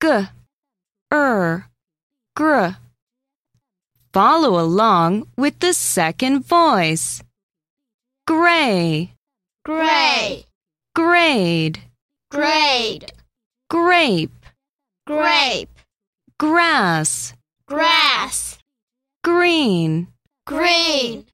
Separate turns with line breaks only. g, er, gr. Follow along with the second voice. Gray,
gray,
grade,
grade,
grape,
grape,
grass,
grass,
green.
green.